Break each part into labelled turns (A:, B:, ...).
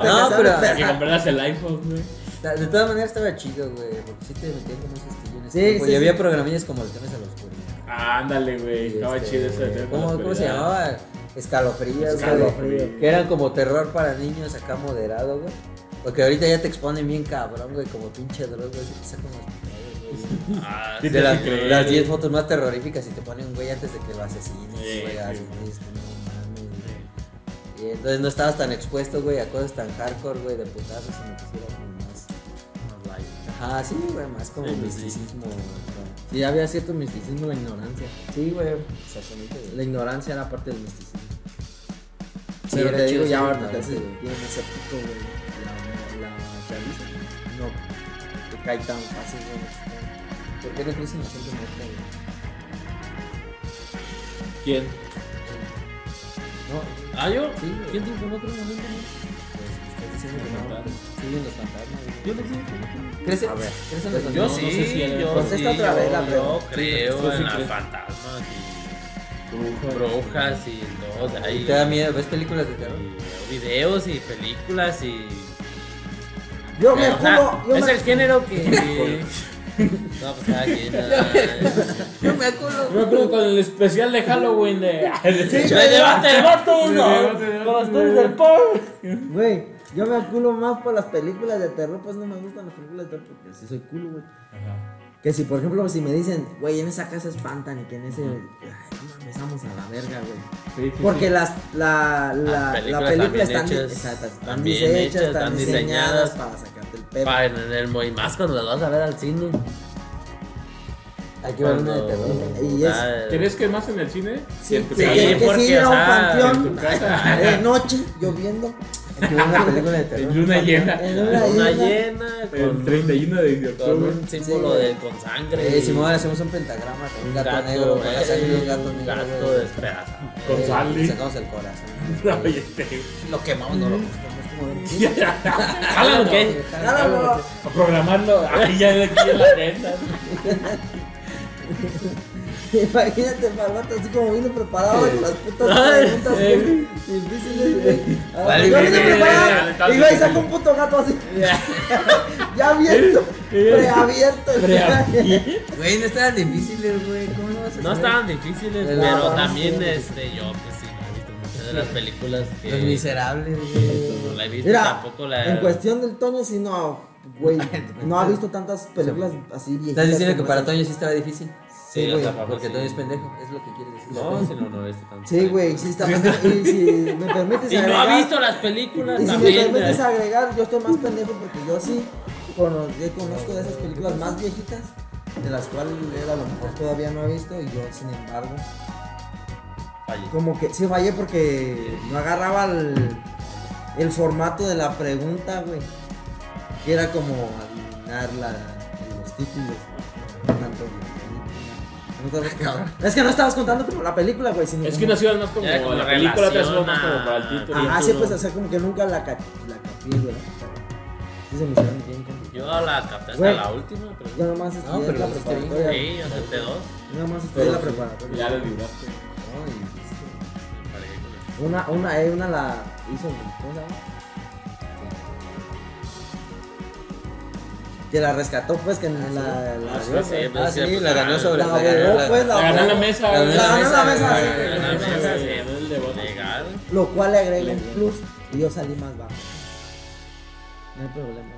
A: No,
B: Para que
A: pero.
B: compraras el iPhone, güey.
A: De todas maneras estaba chido, güey. Porque sí te metían como esos estillones.
C: Sí,
A: Tipo,
C: sí,
A: Y
C: sí.
A: había programillas como el temas a los oscuridad.
B: Ah, ándale, güey. Estaba
A: Este,
B: chido ese de tener con la
A: ¿Cómo, cómo se
B: oscuridad.
A: llamaba? Escalofríos, güey.
B: Escalofríos.
A: Que eran como terror para niños acá moderado, güey. Porque ahorita ya te exponen bien cabrón, güey, como pinche droga, güey. Te sacan los pedos, güey.
B: Ah,
A: De
B: sí,
A: las-
B: sí, creer,
A: las 10
B: güey.
A: fotos más terroríficas y te ponen un güey antes de que lo asesines,
B: Sí,
A: güey,
B: sí,
A: así,
B: güey.
A: esto, no mames, güey. Y entonces no estabas tan expuesto, güey, a cosas tan hardcore, güey, de putazos, sino que sí era como más... Ajá, sí, güey, más como
B: Sí, pues, sí.
A: misticismo. güey.
C: Sí, había cierto misticismo, la ignorancia.
A: Sí, güey, exactamente. güey.
C: La ignorancia era parte del misticismo.
A: Sí,
C: Pero
A: era
C: te digo,
A: chido ser
C: ya ahora te
A: ignorante,
C: haces
A: güey.
C: bien escéptico, güey. La, la chaviza, güey. no te cae tan fácil, güey. este,
A: ¿Por qué no crees en la gente muerta, güey?
B: ¿Quién?
A: No,
B: ¿Ah, yo?
A: Sí, güey.
B: ¿Quién dijo que no creo en la gente, güey?
A: pues estás diciendo que no.
B: Fantasmas.
A: Siguen los fantasmas. güey.
B: Yo no sé. yo no
C: A ver, pues,
D: Yo
A: ¿Crees en crees en los fantasmas?
D: sí,
B: sé si era-
D: yo
A: Contesta
D: sí,
A: otra vez
D: yo-
A: la
D: yo
A: pregunta.
B: Tú
D: creo
B: sí
D: en las
B: crees.
D: fantasmas y
B: no creo.
D: brujas y todo. Hay
A: ¿Te da miedo? ¿Ves películas de terror?
D: y videos y películas y.
C: Yo me
D: O sea,
C: juro, yo
D: es
C: me
D: el género que. no, pues cada quien. ah,
A: Yo me acuerdo.
B: Yo me acuerdo con el especial de Halloween de.
D: ¡Me debate el vato! no!
C: Güey, yo me aculo más por las películas de terror, pues no me gustan las películas de terror porque sí soy culo, güey.
B: Ajá.
C: Que si, por ejemplo, si me dicen, güey, en esa casa espantan y que en ese. Ay, no mames, vamos a la verga, güey.
B: Sí, sí, sí.
C: Porque las, la, la,
D: Las
C: la
D: películas
C: película están,
D: están bien
C: di-
D: hechas,
C: exacto, están
D: están
C: bien
D: bien
C: hechas,
D: hechas,
C: están
D: están
C: diseñadas
D: diseñadas.
C: para sacarte el pedo.
D: Pa, en el mo- y más cuando las vas a ver al cine.
A: Hay que ver una de terror.
D: Cuando-
A: güey.
C: Y es-
D: Ah,
B: ¿Crees que más en el cine?
C: Sí,
B: en tu
C: sí,
B: casa.
C: que- que
D: porque,
C: sí, era
D: o sea,
C: un
B: en tu
C: panteón. eh,
B: casa.
C: De noche, lloviendo.
A: Hay que ver una película de
B: En
A: terror.
B: luna llena.
C: En
D: Una,
C: una llena.
D: llena
B: El
D: con,
B: 31 de
D: con
B: octubre.
D: un símbolo de, con sangre.
A: Eh,
D: y
A: Simón, hacemos un pentagrama con un
D: un
A: gato, negro, con la sangre de
D: eh,
A: un gato
D: un
A: negro.
D: gato
A: güey.
D: despedazado.
B: Con
A: Eh,
B: Sally.
A: Sacamos el corazón.
B: No, y este.
A: Lo quemamos, no lo quemamos.
D: Jálalo, ¿qué?
C: Jálalo.
B: A programarlo. Ahí ya de aquí en la venta.
C: Imagínate, Palmata, así como vino preparado con las putas
D: Ay,
C: preguntas
B: eh.
C: güey, difíciles, güey. Ah,
D: Vale,
C: yo
D: güey,
C: vine
D: güey,
B: güey,
C: preparado
B: güey,
C: y güey,
B: güey,
C: saca un puto gato así. ya abierto, preabierto.
B: Preabierto.
A: Güey, no estaban difíciles, güey. ¿Cómo no vas a
D: No
A: saber?
D: estaban difíciles,
A: No,
D: pero
A: no,
D: también
A: sí.
D: este, yo pues sí, no he visto muchas de las películas que
A: Los miserables,
D: Eh, no
A: güey.
D: la he visto
C: Mira,
D: tampoco la
C: en cuestión del Toño, si no, güey, no ha visto tantas películas así viejitas.
A: Estás diciendo que
C: como
A: para
C: esas.
A: Toño sí estaba difícil.
C: Sí,
D: Sí,
C: güey,
D: o sea, papá,
A: Porque
D: sí.
A: Toño es pendejo, es lo que quieres decir.
D: No, si no, este no he visto tanto.
C: Sí, güey, sí está Y si me permites
D: Si no ha
C: agregar-
D: visto las películas
C: Y si me
D: también.
C: permites
D: eh,
C: agregar, yo estoy más pendejo porque yo sí cono- yo conozco de esas películas más viejitas, de las cuales él a lo mejor todavía no ha visto, y yo, sin embargo,
D: fallé.
C: como que sí fallé porque no agarraba el, el formato de la pregunta, güey. Que era como adivinar la, los títulos. Tanto de la película. No estabas- es que no estabas contando como la película, güey. sino
B: Es
C: como-
B: que no se iban más como
D: Ya, como
B: la película, te
D: relaciona.
B: más como para el título.
C: Ajá,
B: Y
C: sí,
B: tú,
C: pues,
B: ¿no?
C: o sea, como que nunca la, ca la capié, güey. Sí, se me hicieron bien complicadas.
D: Yo la capté hasta
C: Güey.
D: la última, pero.
C: Yo nomás estudié la
A: pero lo hiciste bien.
C: preparatoria.
D: Sí, acepté dos.
C: Yo nomás estudié la preparatoria.
B: Ya lo libraste.
C: No, y, este,
D: me paré con
C: Una,
D: eso.
C: una, eh, una la hizo mi esposa. Que la rescató, pues, que en la. la
B: Ah, sí,
C: la-
D: sí, pero
A: Ah,
D: sí,
A: sí,
D: pues,
A: la ganó
D: ah,
A: sobre
C: la voló, pues, la
B: La ganó en la
C: voló.
B: mesa,
C: La
B: güey.
C: ganó en la mesa, sí.
A: La
D: Era
A: ganó
D: la
A: en
D: mesa,
B: sí.
D: sí,
B: Era el de bote.
D: legal.
C: Lo cual le agrega un
B: Legal.
C: plus y yo salí más bajo. No hay problema.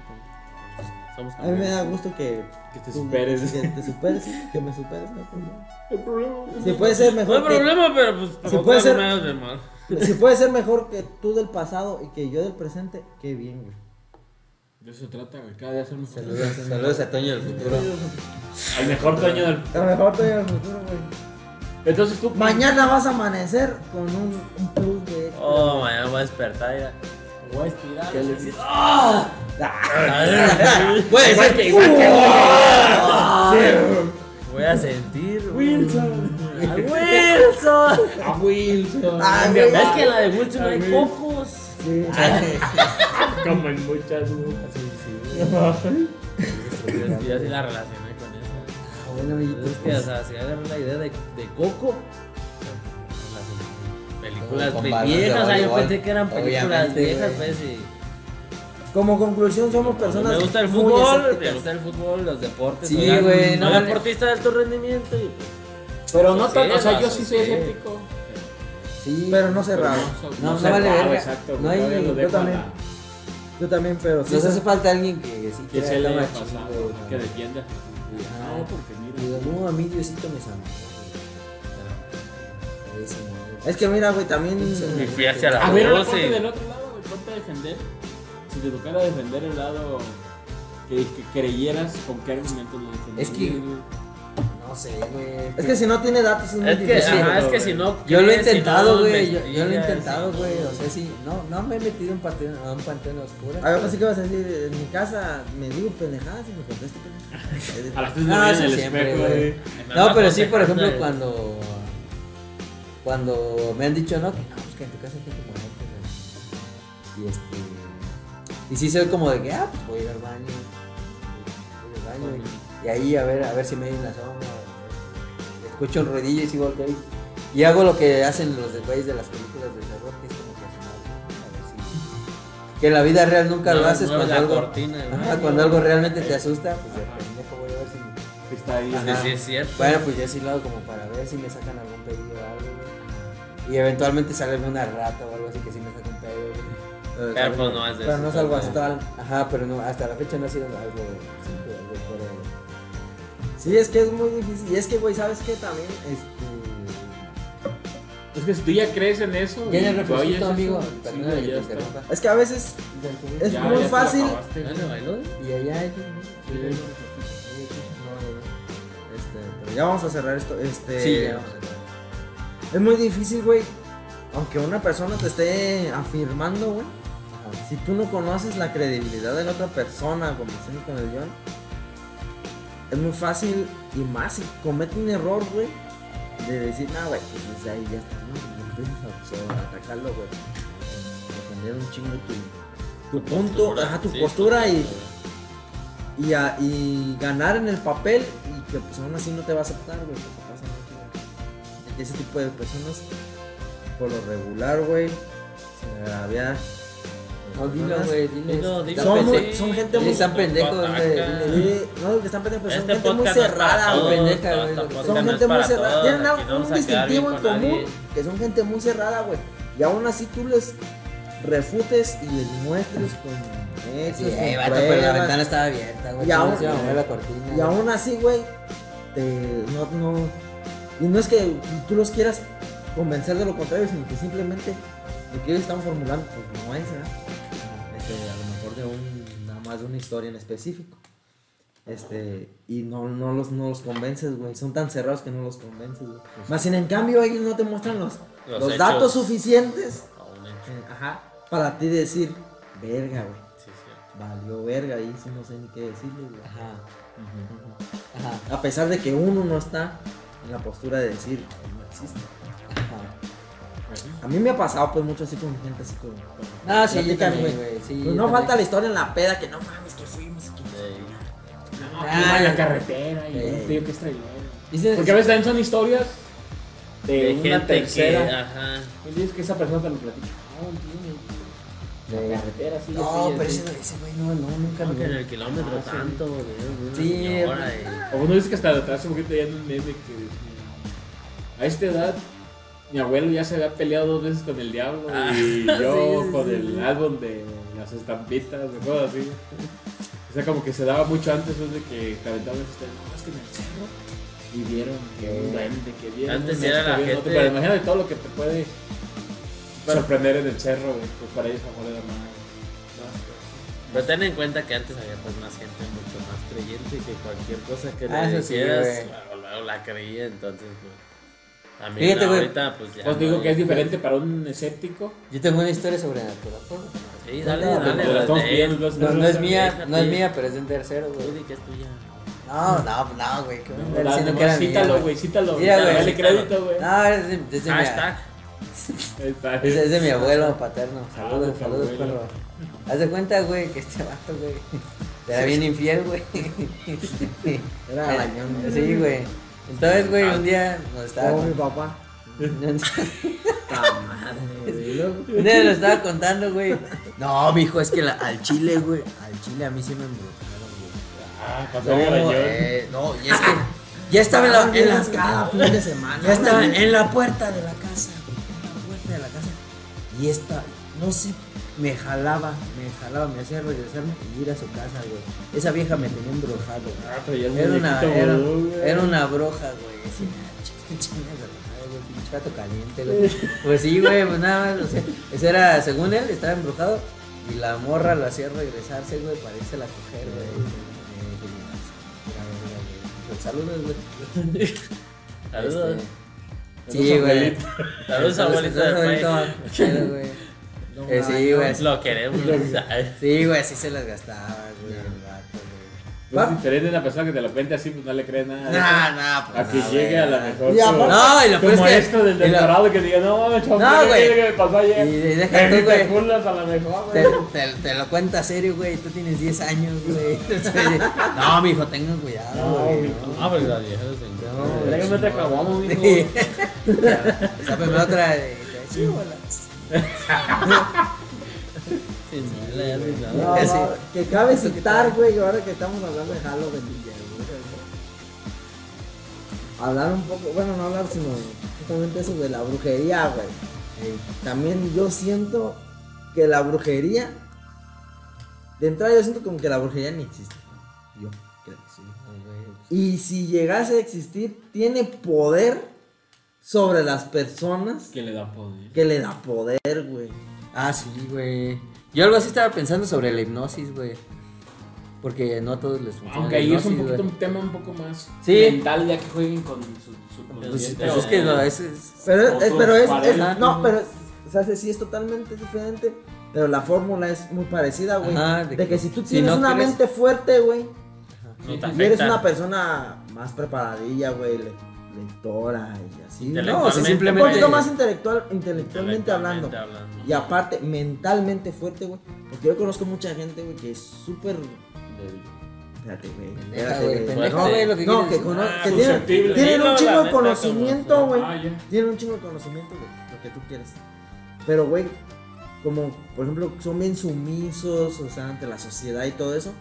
C: pues.
D: Somos
C: A mí me
D: como.
C: da gusto que.
B: Que te
C: tú-
B: superes.
C: Que te superes, que me superes, no hay problema.
B: El problema es-
C: Si puede ser
D: No
C: mejor.
D: hay
C: que-
D: problema, pero pues. tampoco
C: puede
D: no
C: ser-
D: me hagas de mal.
C: Si puede ser mejor que tú del pasado y que yo del presente, qué bien, güey.
B: De eso se trata, güey. Cada día hacemos
A: Saludos, saludos a Toño del futuro.
B: Al mejor Toño del.
C: A lo mejor estoy en el futuro, güey.
B: Entonces tú.
C: Mañana vas a amanecer con un, un plus de extra.
D: Oh, mañana voy a despertar ya.
B: Me Voy a estirar.
A: ¿Qué le
B: así.
D: Ah.
A: Güey,
D: Igual que- igual que- Voy a sentir.
B: Wilson.
D: ¡A Wilson!
B: A Wilson.
C: Ah,
B: Mi
C: güey.
B: amor.
D: Es que en la de Wilson no
B: Ah,
D: hay
B: güey.
D: cocos.
C: Sí.
B: Como en muchas bocas.
D: Yo yo sí la relacioné con eso.
C: Ah,
A: Bueno, amiguitos,
D: Es
C: pues,
D: que, o sea, si agarran la idea de, de coco, en las películas
A: Con
D: pe-
A: balón de
D: viejas, o sea, yo
A: voleibol,
D: pensé que eran películas
A: obviamente,
D: viejas,
A: güey.
D: pues, y
C: Como conclusión, somos personas.
D: Me gusta el
C: muy
D: fútbol, me
C: escépticas.
D: gusta el fútbol, los deportes.
A: Sí,
D: soy
A: güey,
D: un-
A: no
D: soy
A: vale.
D: deportista de alto rendimiento. y, pues,
B: Pero no
D: Sí,
B: tanto, o sea,
D: las
B: yo sí soy
D: asocié.
B: escéptico.
A: Sí,
C: Pero no cerrado.
B: pero
A: No, no
B: sé,
A: vale
B: ah,
A: verga.
B: Exacto,
A: No
B: no
A: hay- yo
B: yo
C: también. Yo también, pero sí.
A: Nos hace falta alguien que sí
B: Que
A: quiera
B: se le
A: cama
B: haya
A: chido,
B: pasado,
A: ¿no?
B: que defienda.
A: Ajá.
B: No, porque mira.
A: Digo, no, a mí Diosito me sanó.
C: Es que mira, güey, también.
D: Me fui hacia la
B: A ver, ahora
D: voz
B: ponte
D: y-
B: del otro lado, güey, ponte a defender. Si te tocara defender el lado que, que creyeras, ¿con qué argumentos lo defenderías?
A: Es que-
B: güey?
A: No sé, güey.
C: Es que si no tiene datos es muy
D: Es que,
C: difícil.
D: ajá, es
C: güey.
D: que si no.
A: Yo lo he
D: crees, si
A: intentado,
D: no
A: güey. Yo, yo lo he
D: investigas,
A: intentado,
D: si
A: güey.
D: no-
A: O sea, sí. No, no me he metido en panteón, a un panteón oscuro.
C: A ver, pues, pensé que ibas a decir, en mi casa me digo pendejadas y me contesto pendejadas.
B: A las tres de
A: No,
B: la mañana
A: eso
B: en el
A: siempre,
B: espejo,
A: güey.
B: güey.
A: No, pero sí, por
D: aconsejando
A: ejemplo,
D: de-
A: cuando. Cuando me han dicho, no, que no, pues que en tu casa hay gente muerta, güey. Y este. Y sí, soy como de que, ah, pues voy a ir al baño. Voy a ir al baño. Y, y ahí, a ver, a ver si me en la sombra. o- Escucho el ruidillo y sí volteo. y- Y hago lo que hacen los detalles de las películas de terror, que es como que asomar, a ver si- Que en la vida real nunca lo
D: Mueve-
A: haces
D: mueve
A: cuando
D: la
A: algo.
D: cortina,
A: Ajá,
D: ¿no?
A: cuando algo realmente te asusta, pues de pendejo voy a ver si.
B: Que Está ahí.
A: Ajá.
D: Sí, sí, es cierto.
A: Bueno, pues yo sí lo hago como para ver si me sacan algún pedido o algo, güey. Y eventualmente sale alguna rata o algo así que sí me saca un pedo, güey.
D: Pero pues no es de
C: Pero no es algo
D: así.
C: astral.
A: Ajá, pero no, hasta la fecha no ha sido algo, sí, algo fuera de-
C: Sí, es que es muy difícil. Y es que, güey, ¿sabes qué? También, este...
B: Es que si tú ya crees en eso.
A: Ya en el
B: y tú oyes
A: refresquito,
B: eso,
A: amigo.
B: sí,
A: Perdona
B: güey,
A: que
B: ya
A: te
B: está.
A: interrumpa.
C: Es que a veces es
B: Ya,
C: muy
B: ya te la
C: fácil...
B: acabaste, güey.
C: este
D: ¿Ya le bailó?
A: Y allá hay...
B: Sí.
C: No, no, no. Este, pero ya vamos a cerrar esto. Este,
A: Sí, ya vamos a ver.
C: Es muy difícil, güey. Aunque una persona te esté afirmando, güey.
A: Ajá.
C: Si tú no conoces la credibilidad de la otra persona, como hicimos con el guión, es muy fácil y más si comete un error, güey, de decir, nah, güey, pues desde ahí ya está, ¿no? Y Empiezas a, a atacarlo, güey. Defender un chingo tu, tu punto,
D: postura,
C: ajá, tu
D: sí,
C: postura y,
D: postura.
C: y, a- y ganar en el papel y que pues aún así no te va a aceptar, güey, porque pasa mucho. güey. Ese tipo de personas, por lo regular, güey, se agraviar.
A: No, dilo, güey, dilo.
D: Dilo, dilo.
A: Están
C: Este, Son,
D: Somos-
A: pende-
C: muy- son gente
D: Dilo,
C: muy...
A: Están pendejos,
D: Ataca.
A: güey. dile.
C: Sí, no, que están pendejos, pero son
D: Este
C: gente muy
D: podcast no es para
C: cerrada,
D: todos,
C: güey.
A: pendeja,
D: no,
A: güey,
D: este
A: lo que-
D: podcast
C: Son
D: no es
C: gente muy
D: para
C: cerrada.
D: todos,
C: Tienen
D: aquí
C: algo,
D: no vamos
C: un
D: a quedar bien
C: distintivo en
D: con
C: común,
D: nadie.
C: que son gente muy cerrada, güey. Y aún así tú les refutes y les muestres con
A: Sí,
C: hechos, con
A: eh, vato, pero la
C: pruebas.
A: ventana estaba abierta, güey.
C: Y aún-
A: no se iba a mover la cortina.
C: Y aún así, güey, te- no, no... Y no es que tú los quieras convencer de lo contrario, sino que simplemente lo que ellos están formulando, pues no es, ¿verdad? Este, a lo mejor de un, nada más de una historia en específico. Este, y no, no, los, no los convences, güey. Son tan cerrados que no los convences, güey. Más sin en cambio, ellos no te muestran los,
D: Pues Los
C: los
D: hechos.
C: datos suficientes
D: Aún,
C: eh, ajá, para ti decir, verga, güey.
D: sí, sí.
C: Valió verga, ahí sí no sé ni qué decirle, güey.
A: Ajá. Ajá.
C: A pesar de que uno no está en la postura de decir, no existe.
A: Ajá.
C: A mí me ha pasado, pues, mucho así con gente así con. con-
A: Ah, sí, yo
C: platicas,
A: también, güey. Sí,
C: Pues
A: yo
C: no
A: también.
C: falta la historia en la peda que no mames, que fuimos aquí.
D: Eh,
B: No,
A: Ah,
B: ah, en
A: ya.
B: la carretera y
C: Eh.
B: un tío que es trailero.
A: Dices-
B: Porque a veces también son historias de,
D: de
B: una
D: gente
B: tercera.
D: que, ah. ajá,
B: Él dice que esa persona te lo platica. No, tío, en la carretera, sí,
A: No,
B: sí,
A: pero
B: sí.
A: ese, ese güey no, no, nunca
D: como
A: me
D: que en el kilómetro
B: Ah, sí.
D: tanto, de una
A: Sí,
D: señora
A: eh,
D: y-
B: O uno dice que hasta atrás un poquito ya en un meme que decía, a esta edad mi abuelo ya se había peleado dos veces con el diablo y yo
A: Ah. sí, sí,
B: con
A: sí.
B: el álbum de las estampitas o cosas así. O sea, como que se daba mucho antes eso de que te aventaban esas historias, no, es que en el cerro y vieron que un duende, que vieron
D: Antes
B: un
D: era
B: esto,
D: la
B: vieron otro".
D: gente-
B: Pero imagínate todo lo que te puede sorprender en el cerro, güey, pues para ellos a era
A: pues,
B: más.
D: Pero ten en cuenta que antes había pues más gente mucho más creyente que cualquier cosa que
A: Ah,
D: le
A: eso sí,
D: decías,
A: güey.
D: luego, luego la creía, entonces pues, también
A: Fíjate, güey.
D: ahorita pues ya
B: Os
D: no
B: digo que
D: hay-
B: es diferente para un escéptico.
A: Yo tengo una historia sobrenatural. ¿no?
D: Sí, dale,
A: No,
D: dale,
B: Pero la estamos pues.
D: dale.
B: pidiendo, entonces,
A: No, no es mía,
D: déjate.
A: no es mía, pero es de un tercero,
D: Tú
A: güey.
D: di que es tuya.
A: No, no, no, güey. que me
B: Hola,
A: están diciendo
B: nomás
A: que era mía,
B: cítalo, güey, cítalo.
A: Mira,
B: güey,
A: güey,
B: Dale
D: cítalo.
B: crédito, güey.
A: No, es de, es de mi,
D: Hashtag.
B: Ahí está.
A: es de- es de mi abuelo paterno. Saludos,
B: Saludos,
A: saludos,
B: abuelo.
A: perro. Haz de cuenta, güey, que este vato, güey, era bien infiel, güey. Eh,
C: Era gañón, güey.
A: Sí, güey. Entonces, güey, un día nos estaba...
C: Oh, mi papá.
A: con-
C: Ta madre, güey. Y luego,
A: Un día lo estaba contando, güey. No, mijo, es que la- al chile, güey. Al chile a mí sí me embrujaron, güey.
B: Ah, pasó
A: No,
B: el garañón.
D: Eh, no, y es que.
A: Ya estaba en la, en la-
C: ah, cada fin de semana.
A: ya estaba en la puerta de la casa, güey. En la puerta de la casa. Y esta, no sé, me jalaba, me jalaba, me hacía regresarme y ir a su casa, güey. Esa vieja me tenía embrujado, güey.
B: Ah, pero ya es
A: Era una,
B: muñequito
A: era,
B: vudú, güey.
A: era una bruja, güey. Así, ah, chinga, chinga, la madre, güey, pinche gato caliente, güey. Pues sí, güey, pues nada más, o sea, ese era, según él, estaba embrujado y la morra lo hacía regresarse, güey, para irse a la coger, güey. Eh, dije, no, mira, mira, güey. Pues, Saludos, güey. eh,
D: Saludos.
A: Este, Sí, güey.
B: abuelita.
D: Saludos,
A: este,
D: abuelita del
A: Saludos,
D: país.
A: abuelita. Pero, güey. Eh, sí, güey. así-
D: Lo queremos. ¿sabes?
A: Sí, güey, así se las gastaba, güey, el vato,
B: Pues Es
A: güey.
B: diferente a una persona que de repente así pues no le cree nada.
D: Nah, nah, pues.
B: a que
A: nah, Ah,
B: llegue
A: güey,
B: a la
A: nah.
B: mejor.
C: Y aparte-
A: No, y lo peor
B: Como
A: es que-
B: esto del
A: y lo-
B: doctorado que diga, no mames, chavo,
A: No,
B: ¿qué
A: güey.
B: es lo que me pasó ayer?
A: Y de- deja
B: Ni
A: tú,
B: te
A: güey.
B: culas a la mejor,
A: Te,
B: güey.
A: te- te lo cuenta serio, güey. Tú tienes 10 años, güey. Entonces, no, mijo, tengan cuidado,
B: No,
A: güey.
B: mijo.
D: Ah, pues las viejas se encantan.
B: Déjame te acabamos, mijo.
A: Sí. Esa primera pues, otra eh, de. de- sí, hola.
D: Sin nada, ya sin nada.
C: No,
A: Ya
C: no,
A: sé.
C: que cabe citar, güey, ahora que estamos hablando de Halloween. y de brujas, güey. Hablar un poco, bueno, no hablar, sino justamente eso de la brujería, güey. Eh, También yo siento que la brujería, de entrada yo siento como que la brujería ni existe. Yo creo que sí. Y si llegase a existir, tiene poder sobre las personas
B: Que le da poder.
C: que le da poder, güey.
A: Ah, sí, güey. Yo algo así estaba pensando sobre la hipnosis, güey. Porque no a todos les funciona.
B: Aunque
A: la
B: ahí es un
A: hipnosis,
B: poquito
A: güey.
B: un tema un poco más
A: Sí.
B: mental, ya que jueguen con su, su
A: Pues,
B: consciente.
A: pues es que
B: eh,
A: no, es. es-
C: Pero es, es-
B: Otros
C: pero es, es-
B: parejas,
C: no,
A: ¿no?
C: pero es- o sea, sí es totalmente diferente, pero la fórmula es muy parecida, güey.
A: Ajá,
C: de,
A: de
C: que,
A: que
C: si tú
A: si
C: tienes
A: no
C: una
A: crees-
C: mente fuerte, güey,
D: No te
C: y eres
D: afecta.
C: una persona más preparadilla, güey, le- lectora y así.
D: Intelectualmente,
A: No, o sea,
C: Un
A: simplemente-
C: poquito más intelectual, intelectualmente hablando.
D: hablando.
C: Y aparte, mentalmente fuerte, güey. Porque yo conozco mucha gente, güey, que es súper. Espérate, güey.
A: Pendeja,
C: Espérate,
A: güey.
C: güey.
A: Pendeja,
D: Fuerte.
A: güey, lo que
C: No, que,
A: quieres.
C: cono-
B: Ah,
C: que tienen,
B: susceptible.
C: tienen
D: Sí, no,
C: un
D: la
C: chingo de
D: neta, como
C: conocimiento,
D: son.
C: güey.
B: Ah, ya.
C: Tienen un chingo de conocimiento, güey. Lo que tú quieres. Pero, güey, como, por ejemplo, son bien sumisos, o sea, ante la sociedad y todo eso.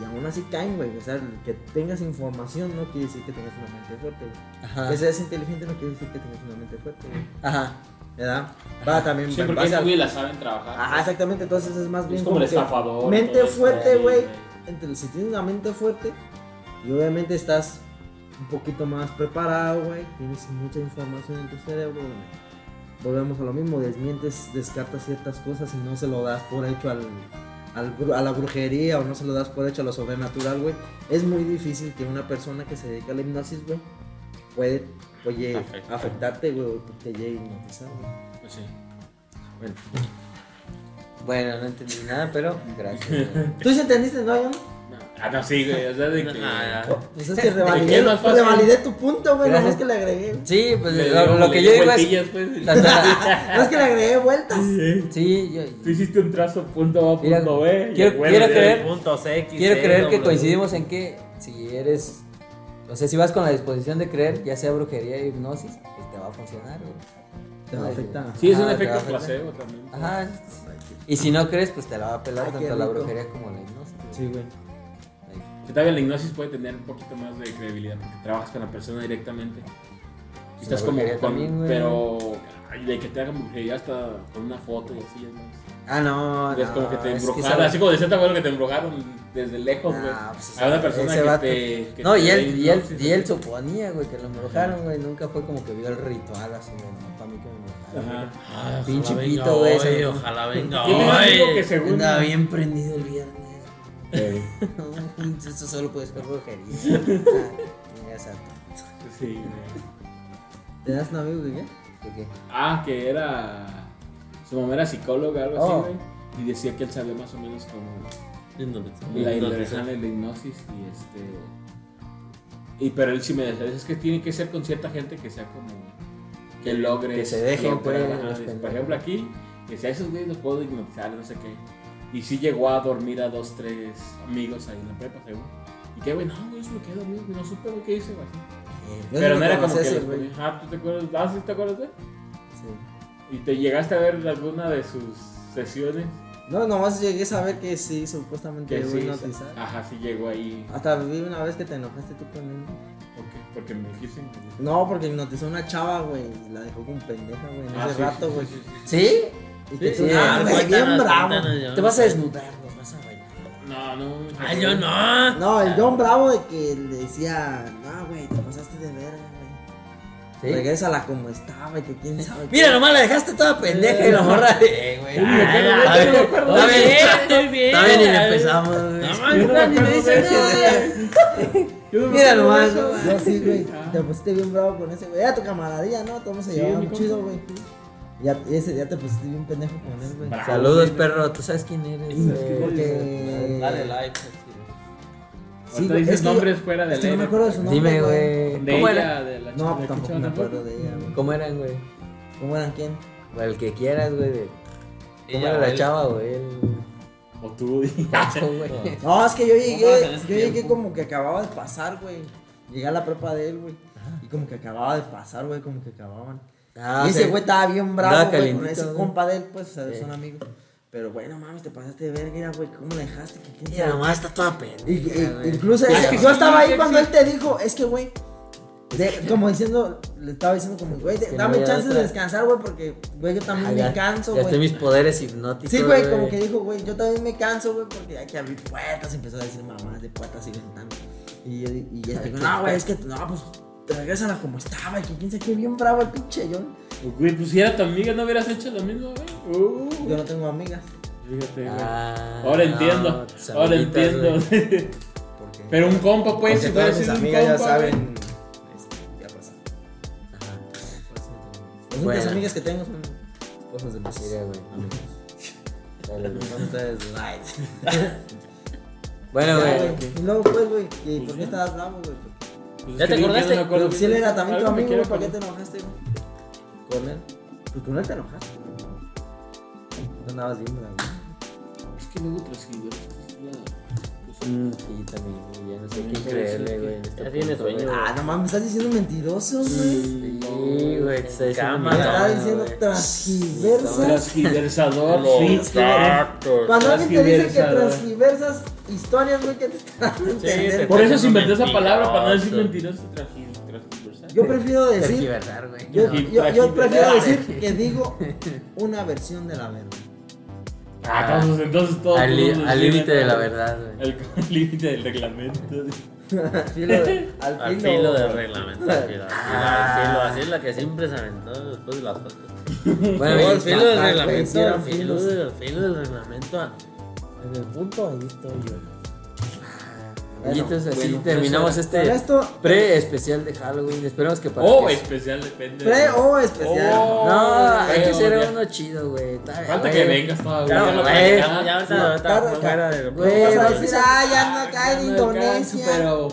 C: Y aún así caen, güey. O sea, el que tengas información no quiere decir que tengas una mente fuerte, güey.
B: Ah.
A: Ajá.
C: Que seas inteligente no quiere decir que tengas una mente fuerte, güey.
A: Ajá.
C: ¿Verdad? Va también.
B: Sí,
C: vas
B: porque
C: a-
B: esas güey la saben trabajar.
A: pues.
C: Ajá, exactamente. Entonces es más bien.
B: es como el
C: que
B: estafador.
C: mente
B: todo eso,
C: fuerte,
B: sí,
C: güey. entre- si tienes una mente fuerte y obviamente estás un poquito más preparado, güey, tienes mucha información en tu cerebro, güey. Volvemos a lo mismo, desmientes, descartas ciertas cosas y no se lo das por hecho al, al bru- a la brujería o no se lo das por hecho a lo sobrenatural, güey. Es muy difícil que una persona que se dedica a la hipnosis, güey, puede, oye,
D: Afectar.
C: afectarte, güey, o te llegue a hipnotizar, güey.
B: Pues sí.
C: Bueno,
A: Bueno, no entendí nada, pero gracias. güey.
C: ¿tú sí entendiste, no, Iván?
B: Ah, no, sí, güey. O sea, de que.
D: Ah, ya.
C: Pues es que
B: qué
C: revalidé, pues
B: es más fácil?
C: revalidé tu punto, güey, no
A: Gracias.
C: es que le agregué.
A: Sí, pues
B: Le
A: lo,
B: dio-
A: lo
B: le
A: que
B: dio
A: yo digo es.
B: vueltillas, pues.
A: tanto la-
C: No es que le agregué vueltas.
A: Sí, yo.
B: Tú hiciste un trazo punto A,
A: Mira,
B: punto B. y
A: quiero-
B: el güey
A: quiero
B: le-
A: creer-
D: Puntos X,
A: Quiero
D: eh,
A: creer que
D: W.
A: coincidimos en que si eres. O sea, si vas con la disposición de creer, ya sea brujería o hipnosis, pues te va a funcionar, güey.
C: Te va a afectar.
B: Sí, es un
A: Ajá, te va a
B: efecto
A: afectar.
B: placebo también.
A: Ajá. Y si no crees, pues te la va a pelar
C: Ay, qué
A: tanto la
C: rico.
A: brujería como la hipnosis. güey.
C: Sí, güey.
A: Ay,
B: Que todavía la hipnosis puede tener un poquito más de credibilidad porque trabajas con la persona directamente. Y estás
A: la
B: como
A: brujería
B: con.
A: también, güey.
B: pero. Ay, de que te hagan brujería hasta con una foto y así, es más.
A: Ah, no,
B: es
A: no,
B: como que te
A: es
B: embrujaron.
A: sabe-
B: así como decía, te acuerdas que te embrujaron desde lejos, güey.
A: Nah, pues,
B: a una
A: ese-
B: persona
A: ese
B: que
A: vato-
B: te. que
A: No,
B: te
A: y
B: dé
A: él, y, él,
B: hipnosis,
A: y él
B: así.
A: suponía, güey, que lo embrujaron, güey. Nunca fue como que vio el ritual así, güey. No, para mí que me embrujaron.
B: Ajá.
D: Ah, ojalá
A: Pinche
D: venga
A: pito, güey,
D: hoy,
A: se-
D: Ojalá venga
B: Yo tengo un amigo que
D: hoy.
B: según.
A: Andaba bien prendido el viernes. Esto solo puede ser brujería. Ah, Exacto.
B: Sí, güey.
C: ¿Tenías un amigo que qué?
A: ¿De qué?
B: Ah, que era. Su mamá era psicóloga, algo
A: Oh.
B: así, güey. Y decía que él sabía más o menos como
D: Hipnotizado.
B: la hipnotizada y la hipnosis. Y este. Y pero él sí me decía, es que tiene que ser con cierta gente que sea como. Que logre.
A: Que se dejen, pues, los
B: Por
A: pendejos.
B: ejemplo, aquí, decía, esos güeyes los puedo hipnotizar, no sé qué. Y sí llegó a dormir a dos, tres amigos ahí en la prepa, según. Y que, güey, no, güey, yo me quedé dormido, güey, no supe lo que hice, güey.
C: Yo
B: Pero
C: sí
B: no
C: lo
B: era como
C: conocí
B: que.
C: ese,
B: los ponía, Ah, ¿tú te acuerdas? Ah, sí, ¿te acuerdas, güey?
C: Sí.
B: ¿Y te llegaste a ver alguna de sus sesiones?
C: No, nomás llegué a saber que sí, supuestamente
B: Que
C: llegó a
B: sí,
C: hipnotizar.
B: ajá, sí llegó ahí.
C: Hasta vi una vez que te enojaste tú con él. güey.
B: ¿Por qué? Porque me dijiste. me dijiste.
C: No, porque hipnotizó a una chava, güey. y La dejó como pendeja, güey. En
B: Ah,
C: ese
B: sí,
C: rato,
B: sí,
C: güey.
B: sí, sí,
A: ¿Sí?
C: Y que
A: Sí,
C: tú-
A: ah,
C: güey,
D: cuéntanos,
C: bien bravo.
D: cuéntanos, yo
A: Te
D: no
A: vas a
D: sé.
A: desnudar, nos vas a bailar.
B: sí. No, no.
D: Ay, yo no.
C: No, el John Bravo de que le decía, no, güey, te pasaste de verga, güey. Regrésala como estaba y que quién sabe. qué".
A: Mira, nomás la dejaste toda pendeja y la morra de, eh, güey.
B: Yo ni me acuerdo,
D: Ah,
B: yo ni me
A: está
B: acuerdo.
A: bien,
D: Estoy bien.
A: Está bien y le
D: a ver.
A: empezamos,
D: No,
A: güey.
D: man,
B: Yo no me
D: Fran, ni me
B: acuerdo de
D: dice
B: eso.
D: nada.
B: Yo no me acuerdo
A: Mira
B: de
A: nomás,
B: eso.
A: no
C: Yo sí, güey.
B: Ah.
C: Te pusiste bien bravo con ese, güey. Era tu camaradilla, ¿no? Todos se
B: Sí,
C: llevaban
B: mi compa.
C: chido, güey. Ya, ese día te pusiste bien pendejo con él, güey.
B: Bravo,
A: Saludos,
B: güey.
A: perro. Tú sabes quién eres.
B: que-
A: güey.
C: Porque.
D: Dale like.
B: Ahorita
C: güey,
B: dices
C: es que yo-
B: nombres fuera del
C: Es que no me
B: aire.
C: acuerdo de su nombre.
A: Dime, güey.
B: De
A: ¿Cómo eran?
B: ella, de la
C: No,
B: chica,
C: tampoco
B: chava,
C: me acuerdo de ella, güey.
A: ¿Cómo eran, güey?
C: ¿Cómo eran quién?
A: O El que quieras, güey. de- ¿Cómo
D: Ella
A: era
D: o
A: la
D: él.
A: chava, güey? El
B: O tú, di.
C: Ah,
A: cacho, güey.
C: No, es que yo
D: No, en
C: llegué,
D: ese
C: yo llegué
D: tiempo.
C: como que acababa de pasar, güey. Llegué a la prepa de él, güey. Y como que acababa de pasar, güey, como que acababan.
A: Ah,
C: y ese
A: sí.
C: güey estaba bien
A: Andaba
C: bravo, güey, con
A: calientito,
C: ese
A: güey.
C: compa de él, pues, o sea,
A: Sí.
C: son amigos. Pero bueno, mames, te pasaste de verga, mira, güey, ¿cómo la dejaste? Que quién
A: Mira,
C: sabe.
A: nomás está toda
C: Y- y-
A: pendeja, güey.
C: incluso
B: Es
C: ese-
B: que
C: yo
B: sí,
C: estaba ahí
B: sí,
C: cuando
B: sí.
C: él te dijo, es que güey, de- como diciendo, le estaba diciendo como, güey, de-
A: que no
C: dame
A: había
C: chance
A: otra.
C: de descansar, güey, porque güey, yo también
A: Ah,
C: me
A: ya-
C: canso,
A: ya estoy
C: güey.
A: mis poderes hipnóticos.
C: Sí, güey, como que dijo, güey, yo también me canso, güey, porque hay que abrir puertas, empezó a decir mamás de puertas y ventanas. Y yo y yo digo, no, güey, es que no, pues te regresan a como estaba, y que quién sabe qué bien bravo el pinche yo.
B: Güey, pues si era tu amiga, ¿no hubieras hecho lo mismo, güey? Uh,
C: Yo no tengo amigas.
B: Fíjate, güey.
A: Ah,
B: ahora
A: no,
B: entiendo.
A: tus
B: ahora
A: amiguitas,
B: entiendo.
A: güey.
C: Porque,
B: Pero un compa,
C: porque
B: pues, si fuera
C: todas mis
B: sido un compa.
C: amigas ya
B: güey.
C: saben, este, ya pasa.
A: Ajá.
C: Las únicas
A: Bueno.
C: amigas que tengo son cosas de mis
A: Mira, güey. Dale, güey.
C: Son ustedes, ay. Ya,
A: Bueno, güey.
C: güey. Y luego, pues, güey, que
B: Pues
C: ¿por
B: ya.
C: qué estabas bravo, güey?
B: Pues,
D: ¿Ya
B: es que
D: te
B: yo- yo
D: acordaste?
B: no me acuerdo
C: Pero si él era también tu
B: Algo me
C: amigo,
B: quiero
C: güey, ¿para qué te
B: acordar.
C: enojaste, güey? ¿Con él? Pues con él te enojaste. No andabas bien, bravo.
B: Es que luego tras que yo- pues, la-
A: Mm, Sí, también. güey, Ya no sé
B: También
A: qué
B: puede ser
A: creerle,
B: que-
A: güey. en este
D: Ya tiene
A: punto, güey.
D: sueño.
C: Ah, no mames, me estás diciendo mentiroso, güey.
A: Sí, güey. te está diciendo
D: Cama,
C: Me
A: mierda,
C: estás
A: güey.
C: diciendo
B: pues,
C: transgiversas.
B: Transgiversador, sí,
D: Los
B: claro.
D: gatos.
C: Cuando alguien te dice que
B: transgiversas, güey.
C: transgiversas historias, güey, que te están dando a entender.
D: te-
B: Por eso se inventó esa
D: Mentiroso.
B: palabra, para no decir mentiroso, transgi- transgiversal.
C: Yo prefiero decir.
A: Tergiversar, güey.
C: Yo,
A: No.
C: yo- yo prefiero
A: Transgiversar.
C: decir que digo una versión de la verdad.
B: Ah, entonces, entonces todo.
A: Al li-
B: todo
A: al
B: se
A: límite de la
B: llena-
A: verdad, güey.
B: Al al límite del reglamento.
C: Al filo de-
D: Al filo del reglamento. Al filo, al filo, al filo, así es la que siempre se aventó después de las fotos. Luego,
A: Bueno, güey,
D: al filo del
C: fatal, güey, sí
D: reglamento,
C: era
D: al filo
C: filos.
D: del al filo del reglamento. a- En el punto ahí estoy yo.
A: Y entonces así
D: bueno,
A: terminamos
C: Con
A: este
C: esto,
A: pre-especial de Halloween. Esperemos que para
B: O
A: que-
B: Oh, especial, depende.
C: pre o especial.
B: Oh,
A: No, hay que
B: creo,
A: hacer
B: ya.
A: uno chido, güey. Está-
B: Falta
A: güey.
B: que vengas
A: No,
B: todavía.
A: güey.
D: Ya, ya,
C: No,
D: ahorita-
C: tarde,
D: ahorita fuera de-
A: güey,
C: Vas a
A: güey.
C: decir, ah, ya anda acá en
B: No alcanzo,
C: Indonesia.
B: Pero,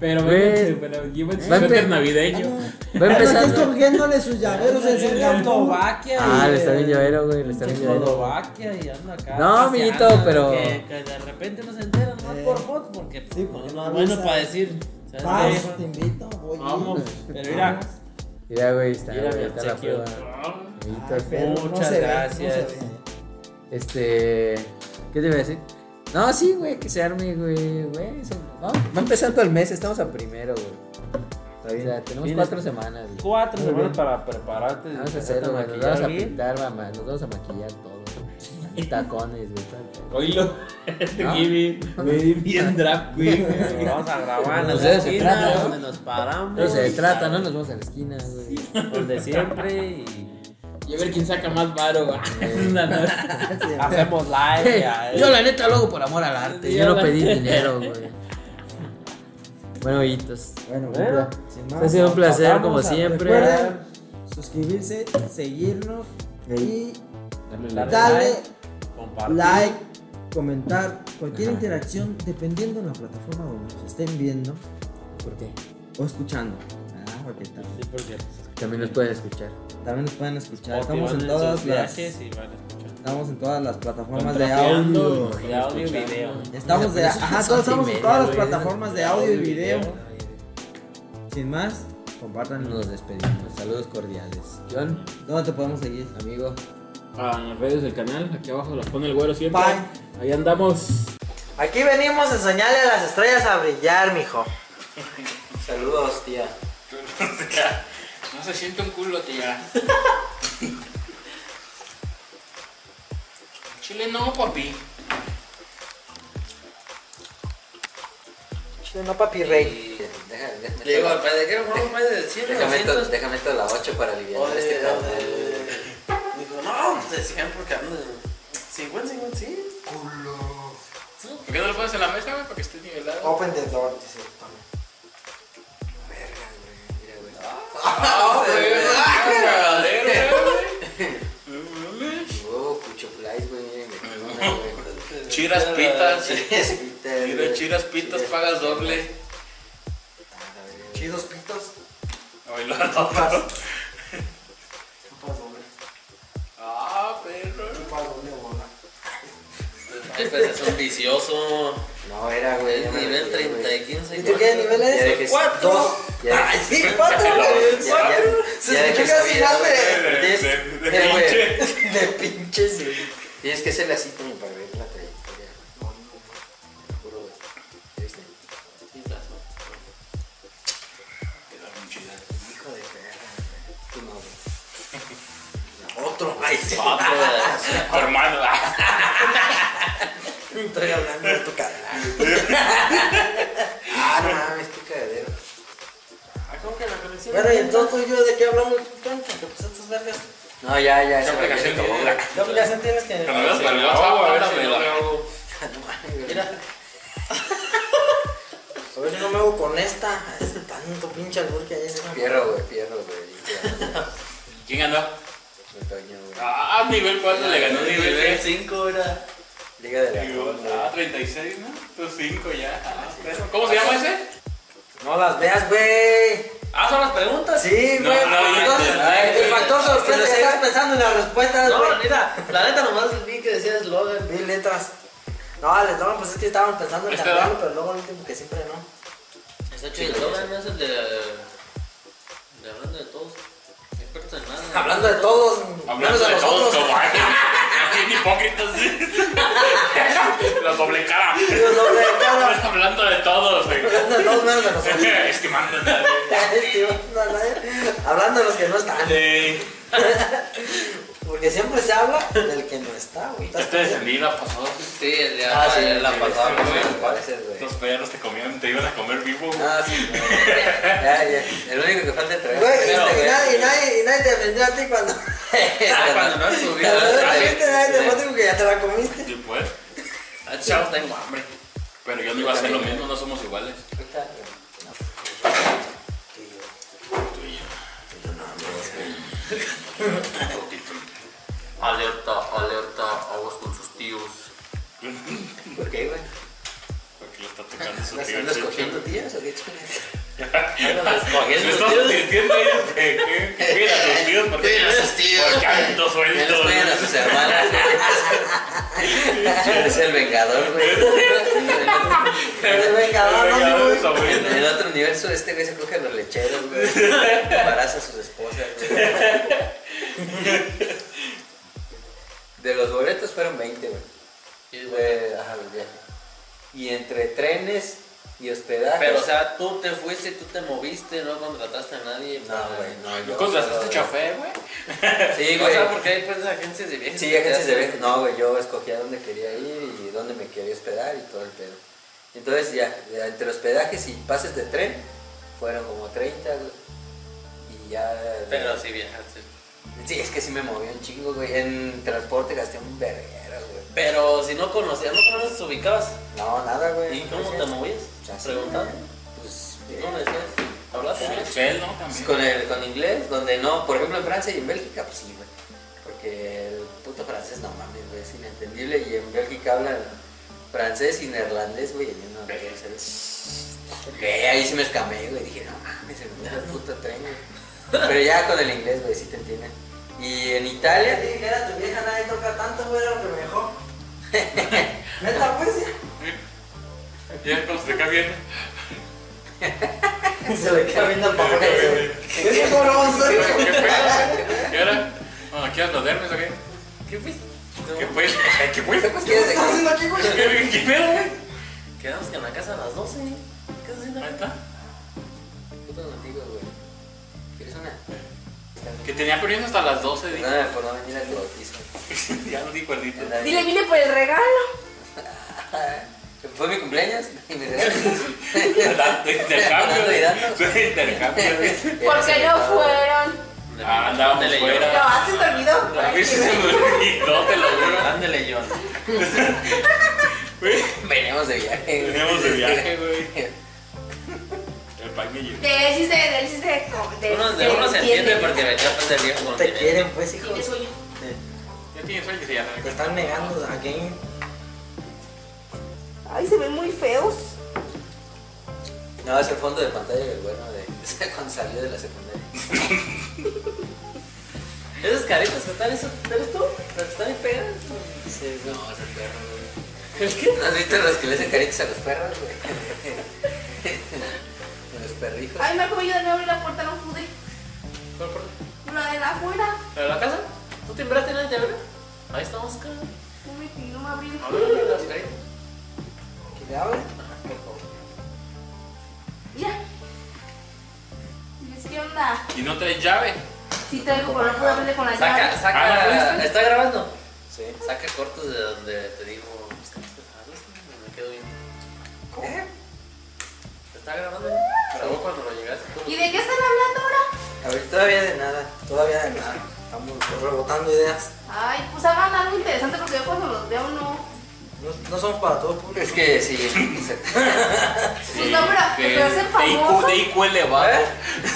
B: pero
A: Güey.
B: vénganse, pero llévense
A: Va a
B: su suéter
A: empe-
B: navideño.
C: Ah,
A: Va
C: Estoy
A: empezando.
C: cogiéndole sus llaveros en Singapur.
D: Eslovaquia.
A: Ah,
D: y-
A: le está bien llavero, güey. Le está bien llavero.
D: Eslovaquia y anda acá.
A: No,
D: paseando,
A: amiguito, pero-
D: Que, que de repente nos enteran más
C: Eh.
D: por fotos porque pues,
C: Sí,
D: no,
C: porque
D: no
C: no
D: es bueno
C: avisa.
D: para decir. ¿sabes qué?
C: Vas, te invito, voy.
B: Vamos.
D: Pero mira,
A: Mira, güey, está,
D: Mira,
A: güey,
D: mi
A: está la
D: obsequio.
A: prueba.
B: Ah.
C: Ay,
A: Amiguitos.
C: pero no se
D: Muchas
C: ve, no se
D: gracias.
C: ve.
A: Este. ¿Qué te iba a decir? No, sí, güey, que se arme, güey. güey se- Va va empezando el mes, estamos a primero, güey.
C: Está
A: O sea, tenemos
D: Tienes-
A: cuatro semanas, güey.
D: cuatro semanas para prepararte.
A: Vamos a
D: empezarte
A: hacerlo, güey. Nos
D: maquillar
A: vamos a
D: bien.
A: pintar, mamá. Nos vamos a maquillar todo, güey. Tacones, güey. todo el pedo.
B: Oílo. Este
A: ¿No?
B: Gibi, güey, bien drag queen. güey.
D: Nos vamos a grabar en
A: Pues
D: la
A: de eso se
D: esquina
A: trata, ¿no?
D: donde nos paramos.
A: Pero se trata, ¿no? Nos vamos a la esquina, güey.
D: Donde siempre y
B: Y a ver quién saca más varo. güey. Una noche.
D: hacemos live. ya, eh.
A: Yo la neta lo hago por amor al arte. Yo no pedí dinero, güey. Bueno, hijitos.
C: Bueno,
D: Bueno,
C: sin
A: Ha sido un placer, como siempre.
C: Recuerden suscribirse, seguirnos y
B: Dale,
D: Dale.
C: darle
D: Compartir.
C: like, comentar, cualquier
A: Ajá.
C: interacción dependiendo de la plataforma donde nos estén viendo
A: ¿Por qué?
C: o escuchando. Ah, porque tam-
D: Sí, porque
A: También nos pueden escuchar.
C: también nos pueden escuchar.
D: porque
C: Estamos
D: van
C: en
D: sus
C: todas las
D: viajes y van escuchando.
C: estamos en todas las plataformas
B: Van
C: de
B: trapeando,
C: audio.
B: güey,
D: De audio y
B: escuchando.
D: video.
C: Estamos de
A: Esas
C: ajá,
A: son
C: todos estamos en
A: media,
C: todas las
A: güey.
C: plataformas de audio y video.
D: video.
C: Sin más, compartan
A: Nos despedimos. Saludos cordiales. John,
C: ¿Dónde te podemos seguir?
A: amigo.
B: a Ah, las redes del canal. Aquí abajo las pone el güero siempre.
C: Bye.
B: Ahí andamos.
C: Aquí venimos a enseñarle a las estrellas a brillar, mijo. Saludos, tía.
E: No se siente un culo, tía. Chile no, papi.
C: No, papi
A: Y deja- déjame
D: Le digo,
A: esto-
D: ¿de qué no más de 100
A: déjame esto- déjame esto a la 8 para aliviar a este cabrón.
D: Dijo,
E: pues,
D: no, de 100 porque ando de 50, 50, sí.
E: ¿Por qué no lo pones en la mesa, güey? Para que esté nivelado.
C: Open the door, dice.
A: Mira, güey.
E: Ah, güey, güey, cagadero,
A: Oh, Cucho Flies, güey. miren, me perdona, güey.
E: güey. Chiras pitas.
A: Chispitas,
E: Mira,
A: güey.
E: chiras pitas, pagas doble.
A: Ah, la verga.
C: Chidos pitos.
E: A bailar otro.
C: Chupas doble.
E: Ah, perro.
C: Chupas doble bola.
D: Ay, pues es un vicioso.
A: No era, güey. ya
D: Es
A: me
D: nivel
A: retiré, güey.
D: 30 y 15.
C: ¿Y tú qué nivel
A: Ya
C: eres?
A: dejé-
D: ¿Cuatro?
A: Dos. Ya
C: Ay,
A: dejé-
C: sí, cuatro, güey.
A: Ya- ya-
C: Cuatro.
A: ya
C: Se
A: dejé
C: escucha
A: subido,
C: final
A: güey.
C: de.
E: De,
A: Diez.
E: de, de
A: Eh, güey.
E: pinche.
C: De pinches, güey.
A: Tienes que hacerle así también para ver la trayectoria. este, No, no, Te lo juro, güey. Ya viste.
E: Quedaron chidas.
A: Hijo de perra, güey. Tú no, güey.
C: Otro, ay, sí.
E: Tu hermano. ah.
C: Estoy hablando de tu cara.
A: Ah, no mames, qué cagadero.
C: Bueno, y entonces tú y yo, ¿de qué hablamos? Tranqui, que pues estas vergas.
A: No, ya, ya.
E: Esa
A: se me
E: aplicación
A: acabó,
E: de-
A: güey.
C: Ya, ya se entiendes que.
E: Cuando veas para el WhatsApp,
D: a ver si
E: háblame,
D: Ah, no
E: la-
D: me
C: Mira. A ver si no me hago con esta. Es tanto pinche albur que hay en esa
A: Fierro, güey, fierro, güey. Ya,
E: ¿Quién ganó?
A: güey, Toño, güey.
E: Ah, nivel 4 le ganó nivel 6.
D: 5 era.
A: Liga de la
E: Ah, 36, ¿no? Tú 5 ya. Ah, perro. ¿Cómo se llama ese?
C: No las veas, güey.
D: Ah, son las preguntas.
C: Sí, güey.
E: No, no, no,
C: entonces,
E: no, no,
C: el
E: no,
C: factor
D: no,
C: sorpresa,
D: no,
C: ya
D: no,
C: estás pensando en las respuestas, güey.
D: No, mira, la neta nomás vi que decía eslogan.
C: Mil letras. No, les no, pues es que estábamos pensando en
E: ¿Este
C: cambiarlo,
E: no?
C: pero luego el último que siempre no.
D: Está chido. El eslogan es el de. de hablando de todos. Expertos en
E: Ah,
D: nada.
C: Hablando de todos, menos
E: Hablando
C: de
E: de todos,
C: nosotros.
E: como Bien hipócritas. La doble cara.
C: Digo, doble cara.
E: Hablando de todos, güey.
C: Hablando de todos, menos de nosotros.
E: Estimando a nadie.
C: Este, no, nadie. Hablando de los que no están.
E: Sí.
C: Porque siempre se habla del que no está, güey.
E: Ya te defendí la pasada.
D: Sí, el de
A: Ah, sí,
D: el de
A: la
D: sí,
A: pasada,
D: sí,
A: güey.
D: sí.
A: Parece, güey.
E: Estos perros te comían, te iban a comer vivo. güey.
A: Ah, sí, güey. Ya, ya. El único que falta es traer.
C: Güey, y,
D: Pero,
C: y
D: güey.
C: nadie, y, nadie, y nadie te defendió a ti cuando.
D: Ah, Cuando no
C: Cuando no te fuiste, nadie te
D: subí.
C: defendió que ya te la comiste.
E: Sí, pues.
D: Ah, Chavos, tengo hambre.
E: Pero yo no iba a hacer lo mismo, no somos iguales.
D: Alerta, alerta, aguas con sus tíos.
A: ¿Por qué, güey?
E: Porque lo está tocando su
A: ¿No
E: tío.
A: están escogiendo
E: Checho.
A: tías o qué chingas?
E: ¿Me estás advirtiendo ellos que que- que cuidan a sus tíos? Porque
D: Cuidan a sus tíos.
E: Porque ando
A: Ya les
E: suelto.
A: juegan a sus hermanas. es el vengador, güey.
C: El vengador,
E: Venga,
C: no, güey.
E: sobrino.
A: En el otro universo, este güey se coge a los lecheros, güey. Embaraza a sus esposas, güey. De los boletos fueron 20, güey. De, ajá, del viaje. Y entre trenes y hospedaje.
D: Pero, o sea, tú te fuiste, tú te moviste, no contrataste a nadie. pues, para-
A: no, güey, no.
E: ¿No
A: yo-
E: contrataste este chofer, güey?
A: Sí,
D: O
A: güey.
D: sea, porque hay pues, agencias de viajes.
A: Sí, agencias de viajes. No, güey, yo escogía dónde quería ir y dónde me quería hospedar y todo el pedo. Entonces ya, ya entre hospedajes y pases de tren, fueron como 30, güey. Y ya...
D: Pero sí viajaste.
A: Sí, es que sí me moví un chingo, güey. En transporte gasté un verguero, güey.
D: Pero si no conocías, no conocías, te ubicabas.
A: No, nada, güey.
D: ¿Y cómo te movías?
A: Así,
D: Preguntando.
A: güey. Pues...
D: ¿Y
A: eh,
D: ¿Cómo decías? ¿Hablaste? bien?
E: Excel, ¿no?
A: pues,
E: También.
A: con, el, con inglés, donde no, por ejemplo en Francia y en Bélgica, pues sí, güey. Porque el puto francés, no mames, güey, es inentendible. Y en Bélgica hablan francés y neerlandés, güey, y yo no güey, o sea, güey, ahí sí me escamé, güey. Dije, no mames, el puto tren, güey. Pero ya con el inglés, güey, sí te entienden. Y en
C: Ya
A: Italia,
C: te dije que era tu vieja, nadie toca tanto, güey, era lo que mejor. Neta, pues, ya.
E: Ya, ¿cómo se te cae bien?
C: Se le queda viendo el papel. güey. Es que no lo vamos a hacer,
E: ¿Qué
C: güey.
E: pedo? ¿Qué era? Bueno, ¿quieres los dermes o qué?
D: ¿Qué fuiste?
E: ¿Qué pues? ¿Qué pues? ¿Qué
A: ¿Qué
E: pues?
A: es de
E: ¿Qué
A: qué?
E: qué pedo, güey?
D: Quedamos que en la casa a las 12. ¿Qué estás haciendo
E: Ahí
D: acá?
E: está.
A: Puto contigo, güey. ¿Quieres una?
E: Que tenía perdiendo hasta las 12, dijo.
A: Perdóname por no venir al bautizo.
E: Ya no dijo el dicho.
F: Dile, vine por el regalo.
A: Fue mi cumpleaños y me regalaron.
E: Intercambio.
A: Dando y dando.
E: güey. Intercambio, güey.
F: Porque no fueron.
E: Ah, andábamos
D: Ándale,
E: fuera.
F: Lo haces olvidó.
E: A mí se me olvidó, te lo
D: John.
E: juro.
D: Ándale, John.
E: Güey,
A: Veníamos de viaje. güey.
E: Veníamos de viaje, güey. El pan que llegó.
F: De él sí se, de él sí se, co- de él
D: Uno,
F: sí
D: de uno se entiende porque me chapas de viejo
C: Te
D: continente.
C: quieren, pues, hijo.
F: Tiene sueño.
E: Ya tienes sueño que se llama.
C: Te están negando a game.
F: Ay, se ven muy feos.
A: No, es el fondo de pantalla del bueno de cuando salió de la secundaria.
D: Esas caritas que están, eso, ¿eres tú? Las que están ahí pegadas.
A: Dice, no, es el perro, güey. qué? ¿No has visto los que le hacen caritas a los perros, güey? A los perrijos.
F: Ay, Marco, me ayudaron a abrir la puerta, no pude. La de la afuera.
D: ¿La de la casa? ¿Tú timbraste y nadie te abrió? Ahí está Oscar.
F: No me, no me abrieron.
D: Ábrele las caritas.
A: ¿Que le abren?
F: Mira. Dices, ¿qué onda?
E: Y no traes llave.
F: Sí traigo, pero no puedo abrirle con la
D: Saca,
F: llave.
E: Ah, ¿no
D: saca.
E: fuiste?
D: ¿Está grabando?
A: Sí.
D: Saca cortos de donde te digo. "Pues, ¿qué haces? Hablas, ¿no? Me quedo bien.
A: ¿Eh?
D: ¿Te está grabando? Grabó cuando lo llegaste tú.
F: ¿Y de qué están hablando ahora?
C: A ver, todavía de nada, todavía de nada. Estamos rebotando ideas.
F: Ay, pues hagan algo interesante porque yo cuando los veo no.
C: No, no somos para todo público.
A: Es que sí.
F: Pues no, pero,
E: de-
F: pero ser
E: de IQ,
F: famoso.
E: de IQ elevado.
D: ¿Eh?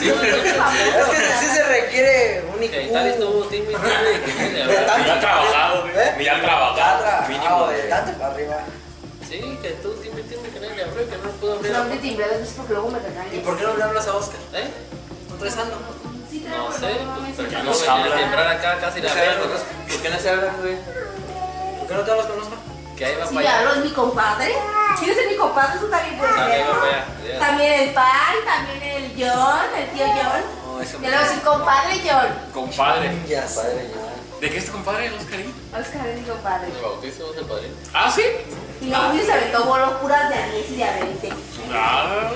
D: Sí, no, no,
F: Ser
D: no.
F: famoso,
C: Es que
F: o
C: sí
F: sea,
C: se requiere un
D: Que en Italia
C: IQ.
D: estuvo Timmy, Timmy, que viene a hablar.
E: pues, Ya trabajado, güey.
C: ¿Eh?
E: Ya
C: Ya
E: trabajado.
C: trabajado,
E: Mínimo.
C: Ah, de tanto para arriba.
D: Sí, que tú Timmy, Timmy, que nadie le abrió, que no lo pudo abrir.
F: No me timbré dos veces porque luego me regañan.
C: ¿Y por qué no le hablas a Oscar?
D: ¿Eh?
C: ¿No traes algo?
F: Sí traigo,
D: No sé,
F: pero no mames.
D: pues porque
E: ya
D: no
E: nos
D: venía
E: habla.
D: a timbrar acá casi la veo.
A: ¿Por qué no se hablan, güey?
C: ¿Por qué no te hablas con Oscar?
D: Que ahí va
F: Sí,
D: para allá.
F: claro, es mi compadre. ¿Quieres ser mi compadre? Eso también puede
D: También
F: ser.
D: va para allá. ya.
F: También el pan, también el John, el tío John.
A: No, eso
F: Ya le voy a decir compadre John.
E: Compadre.
C: Ya sé.
A: Padre, yo.
E: ¿De qué es tu compadre, el Oscarín?
F: Oscar es mi compadre.
D: El bautizo del padrino.
E: Ah, sí.
F: Y luego se aventó bolos puras de anís y de avente.
E: Ah,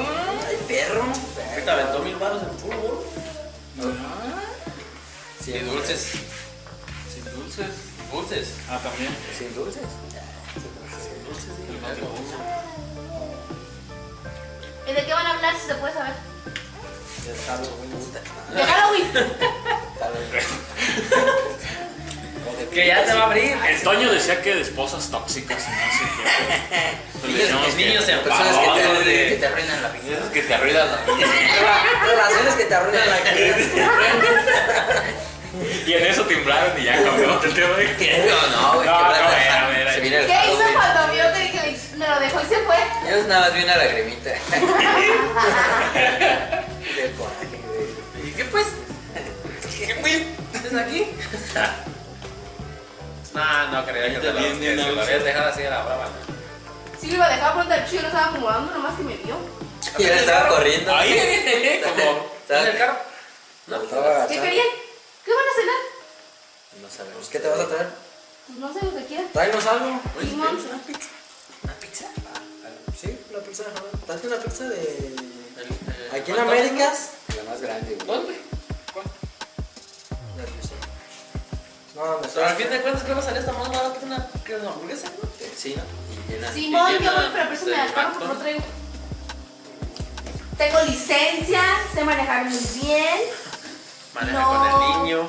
C: Ay, perro.
D: Ahorita aventó mil baros en puro burro. Ah.
A: Sí,
D: Y dulces.
E: sin dulces.
D: Dulces.
E: Ah, también.
A: ¿Sin dulces?
E: El Mateo Buzo.
F: ¿Y de qué van a hablar si se puede saber?
A: Ya sabes, güey, me gusta.
F: De Halloween.
D: Que ya te va a abrir.
E: El Toño decía que de esposas tóxicas y no sé qué.
D: Niños- los niños se
A: Personas que te-
E: Babosos de-
A: que te arruinan la vida.
E: Esas que te arruinan la vida.
C: Relaciones que te arruinan la vida.
E: Y en eso timbraron y ya cambiamos el tema de que.
A: No, no, güey.
E: No,
A: qué
E: no,
A: raro.
E: era, era.
A: Se viene
F: ¿Qué
A: el
F: hizo
A: Halloween.
F: cuando vio que que me lo dejó y se fue?
A: Ellos nada más vi una lagrimita. De coraje, güey.
D: ¿Y qué pues? ¿Qué pues? ¿Estás aquí? No, no creo que te lo,
E: También
D: que
E: una
D: se lo
E: luz.
D: habías dejado así a la brava. ¿no?
F: Sí, lo iba a dejar pronto el chido, no estaba acomodando, nomás que me vio.
A: Y él estaba corriendo.
E: Ahí, como.
D: ¿En el carro? No.
C: Estaba
F: ¿Qué
C: agachado.
F: querían? ¿Qué van a cenar?
A: No sabemos.
C: ¿Qué te vas a traer?
F: Pues no sé lo que quieran. Pues,
C: Tráenos algo.
F: Simón.
C: ¿Una pizza? Sí, una pizza. ¿no? Tanto una pizza de.
D: El- el-
C: Aquí en Américas.
A: La más grande, güey.
D: ¿Dónde?
C: La pizza. No, me
D: Pero al fin
C: estoy.
D: de cuentas creo que salió esta más barata que una, que una hamburguesa, ¿no?
A: Sí, ¿no? Y una.
F: Simón,
D: Y
F: yo voy,
D: llena
F: pero préstame
D: de
F: al carro porque
D: impacto.
F: no traigo. Tengo licencia, sé manejar muy bien,
D: Maneja
F: No.
D: con el niño.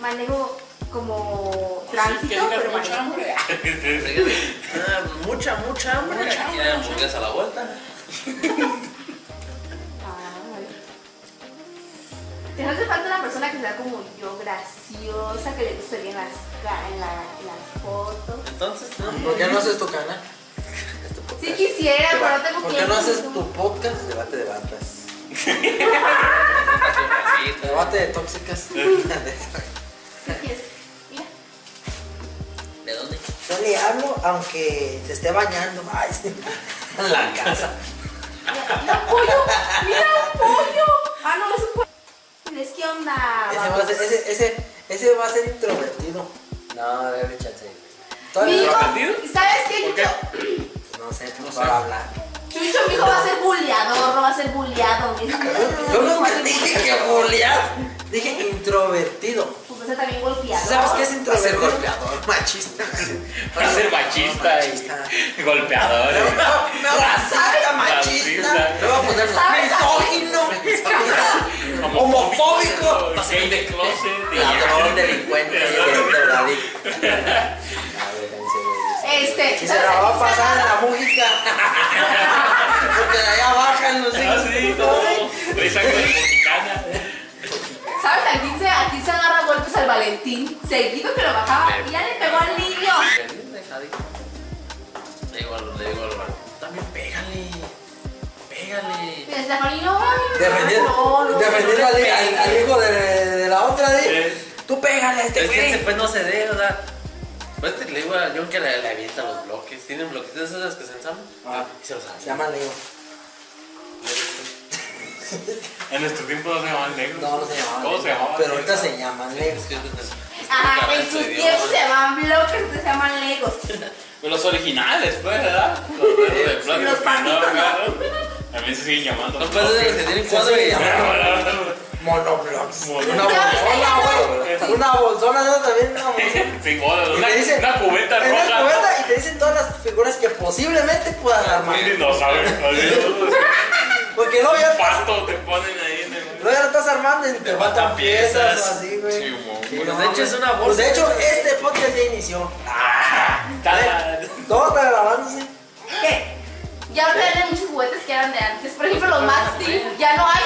F: manejo como
E: Sí, que
F: tránsito,
E: tengas
F: pero
E: mucha
F: manejo.
E: hambre.
D: Ah, mucha, mucha hambre. Aquí hay hamburguesa a la vuelta.
F: Ay. Ah, Te hace falta una persona que sea como yo, graciosa, que le guste bien las, ca- en la- en las fotos.
D: Entonces, no.
C: ¿Por qué no haces tu canal?
F: Sí quisiera, pero no tengo
C: ¿Por qué
F: tiempo.
C: no haces tu podcast? Debate de bandas.
D: pues,
C: Debate de tóxicas.
F: ¿Qué quieres? Mira.
D: ¿De dónde?
C: No le hablo aunque se esté bañando. Ay, sí. En la casa.
F: ¡Mira un pollo! ¡Mira un pollo! Ah, no, es un pollo. ¿Qué onda?
C: Ese va a ser, ese, ese, ese va a ser introvertido.
A: No,
C: No, dale chance.
B: Mi-
C: Todavía
F: Mijo,
B: ¿Arrepentido?
F: ¿sabes qué?
B: ¿Por qué?
F: Chucho-
C: no, no sé, no
B: No
C: para
B: sé.
C: hablar.
F: Chucho, mijo, va a ser bulleador, no va a ser bulleado, mijo.
C: Yo
F: Va a
C: nunca
F: ser
C: dije que
F: bulleador.
C: bolear. Dije introvertido.
F: Pues va a ser también golpeador.
C: ¿Sabes qué es
B: Va a ser
C: introvertido? golpeador, machista.
B: Para ser machista y golpeador.
C: Racista, machista.
B: Racista.
C: Le voy a poner
F: ¿Sabes?
C: misógino. Homofóbico.
B: Gay de closet. y-
C: Ladrón, delincuente, drogadicto.
F: Este,
C: Y se
F: ¿sabes
C: la va
F: qué?
C: a pasar a la música. Porque de allá bajan los
B: Ah,
C: hijos.
B: sí, no. Trae sangre de mexicana.
F: ¿Sabes? Aquí se, aquí se agarra golpes al Valentín. Seguido que lo bajaba. Y ya le pegó al niño.
D: Le digo al, le digo al vato, también pégale. Pégale.
F: Y Desde Juan y no, ay,
C: Defender,
F: no, no,
C: defender
F: no,
C: al, al- al hijo de, de la otra, ¿eh?
B: Eh,
C: Tú pégale a este
D: Es que este
C: güey.
D: pues no se deja, o sea. Pues te- le digo a John que le, le avienta los bloques. Tienen bloques de esas que se ensamblan.
C: Ah.
D: Y se los avienta.
C: Se llama Leo.
B: En nuestro tiempo no se llamaban negros.
C: No, no se llamaba
B: ¿Cómo se
C: Leo.
B: llamaban?
C: Pero ahorita se llaman Leo.
D: Es que- es- es-
F: Ajá, en
D: es-
F: sus
D: es-
F: tiempos se llaman bloques, se llaman legos.
B: Pues Los originales, pues, ¿verdad? Los dedos de plata.
F: Los panitos, ¿no?
B: claro. También se siguen llamando.
D: No pues es de los que tienen cuadro
C: Sí,
D: y
C: sí.
B: Bueno,
C: Monoblocks.
B: Mono-
C: Una bolsona, güey. Una bolsona, no, también una bolsona.
B: Sí, bueno,
C: Y
B: una,
C: te dicen-
B: una cubeta
C: en
B: roja.
C: una cubeta y te dicen todas las figuras que posiblemente puedas armar.
B: Un dinosaurio. así,
C: Porque no,
B: Un
C: ya,
B: pasto te ponen ahí en el.
C: no, ya lo estás armando y te faltan piezas,
D: piezas.
C: o así, güey.
B: Sí, mo-
C: Sí,
D: Pues,
C: no
D: de hecho, es una
C: mames. Pues, de hecho, este podcast ya inició.
B: Tala.
C: Todo está grabándose.
F: ¿Qué? Ya ahora venden muchos juguetes que eran de antes. Por ejemplo, los Max Steel, ya no hay.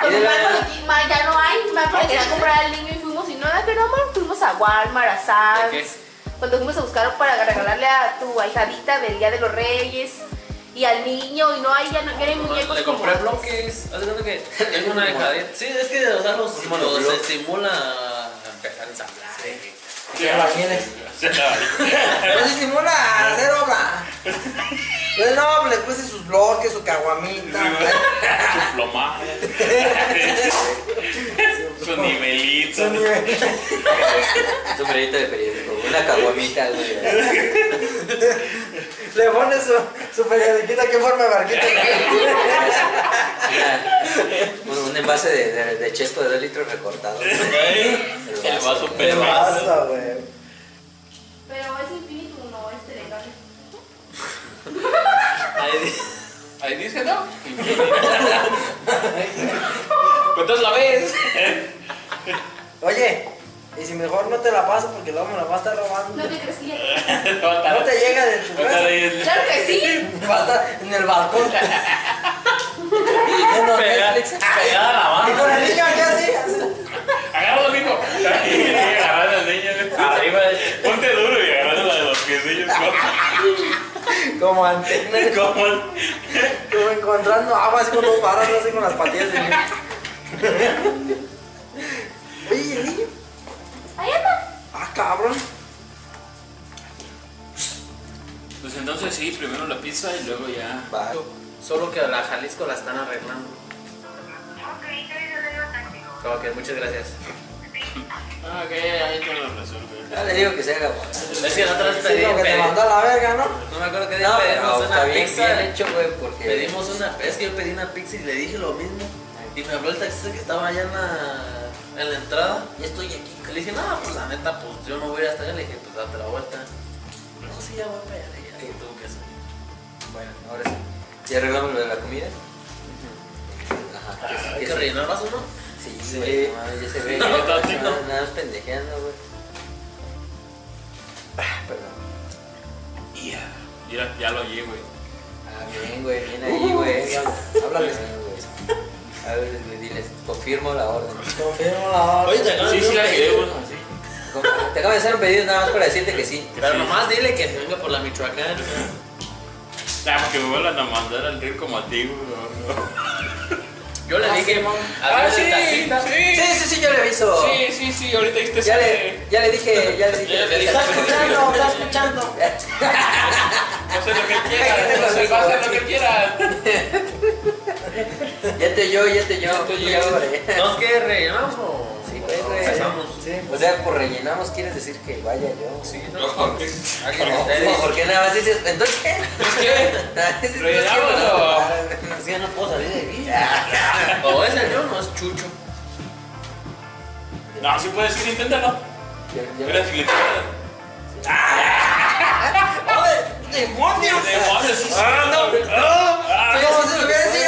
F: Con mi mamá cuando aquí- ma- ya no hay. Mi mamá cuando quería comprar al niño y fuimos y no, ¿a qué no, amor? Fuimos a Walmart, a
D: ¿De qué?
F: Sam's. Cuando Pues fuimos a buscar para regalarle a tu ahijadita del Día de los Reyes y al niño y no hay, ya no, ya no hay muñecos
D: Le
F: como
D: compré
F: antes.
D: bloques. Haz de cuenta que tengo una dejadera. Sí, es que o sea, los, los estimula a empezar a ensamblar.
C: Ya la tienes. Pues disimula a hacer obra. Pues no, le puse sus bloques, su caguamita.
B: Su plomaje. Su nivelito.
C: Su nivel.
A: Un sombrerito de periódico, una caguamita, güey.
C: Le pone su, su periodiquita que forma de barquita.
A: Un, un envase de, de, de chesco de 2 litros recortado.
B: El vaso
C: Qué
B: perverso.
C: basta, güey.
F: Pero es infinito, no este es telegramma.
D: Ahí di-
B: Ahí dice, ¿no? ¿Cuántas la ves?
C: Oye, y si mejor no te la paso porque luego me la vas a estar robando.
F: ¿No te crees que ya-
C: No te llega de tu casa.
F: Claro que sí.
C: Va a estar en el balcón. En los Netflix.
B: Pegada a la
C: Y
B: mano.
C: con el niño aquí así.
B: Agárralo, mijo. Y agarrando al niño.
D: Arriba del.
B: Ponte duro y agarrando la de los piecillos.
C: Como antena.
B: ¿Cómo?
C: Como encontrando agua así con los barras, así con las patillas del niño. Oye, ¿y el niño.
F: Ahí anda.
C: Ah, cabrón.
B: Pues entonces sí, primero la pizza y luego ya.
A: Va.
D: Solo que a la Jalisco la están arreglando. Ok, muchas gracias.
B: Ah, ok, ahí te lo resuelve.
A: Ya le digo que se haga. güey.
D: Es que nosotros
C: Sí, lo
D: pedimos.
C: que te mandó a la verga, ¿no?
D: No me acuerdo qué día
A: No,
D: pedimos
A: pero
D: una
A: está bien,
D: pizza.
A: bien hecho, güey, porque.
D: Pedimos una Es que yo pedí una pizza y le dije lo mismo. Y me habló el taxista que estaba allá en la, en la entrada. Y estoy aquí. Le dije, no, pues la neta, pues yo no voy a ir hasta allá. Le dije, pues date la vuelta. No, "Ah, sí, ya voy para allá. Y ya tuvo que salir.
A: Bueno, ahora sí. ¿Ya arreglamos lo de la comida? Ajá. que sí,
D: Hay que
A: que sí.
D: rellenar vasos, ¿no?
A: Sí, güey, no mames, ya se ve.
D: No,
A: que
D: no,
A: estás
D: no.
A: nada- Nada más pendejeando, güey. Ah, Perdón.
B: Mira, ya lo oí, güey.
A: Ah, bien, güey, bien ahí,
D: Uh.
A: güey.
C: háblales.
A: Ah, güey. Háblales, güey, diles. Confirmo la orden.
C: Confirmo la orden.
D: Oye, te acabo
B: Sí,
D: de
B: sí,
D: hacer
B: la
D: un pedido.
B: llevo. así.
A: Con- Te acabo de hacer un pedido nada más para decirte que sí.
D: Pero nomás dile que se venga por la Michoacán.
B: Ah, que me vuelvan a mandar al río como a ti, güey.
D: Yo
A: Ah,
D: le dije, a ver, el taxista.
A: Sí, sí, sí, yo le aviso.
B: Sí, sí, sí, ahorita dijiste
A: Ya le, ya le dije, ya le dije.
D: Ya le dije.
C: Está escuchando, está escuchando.
B: Hace lo que
A: Ahí te lo
B: quieras, hace
A: digo.
B: hace lo que quieras.
A: Ya te yo, ya te yo.
B: te oyó.
A: Ya, hombre.
D: ¿Nos que rellenamos o.?
A: Sí, güey, güey.
D: pues, empezamos.
A: Sí, o sea, por rellenamos quieres decir que vaya yo.
D: Sí, no.
B: No, ¿por qué?
D: Alguien
A: No,
D: está
A: no, porque nada más dices, entonces qué? ¿Qué? Ah,
B: ¿Rellenamos o-
D: Es que ya no puedo salir de aquí. O es el yo, no es Chucho.
B: No, si puedes ir, inténtalo. Mira, si le tiras.
A: ¡Demonios!
B: ¡Demonios! sí, sí. Ah,
A: ¿Cómo se lo voy a decir,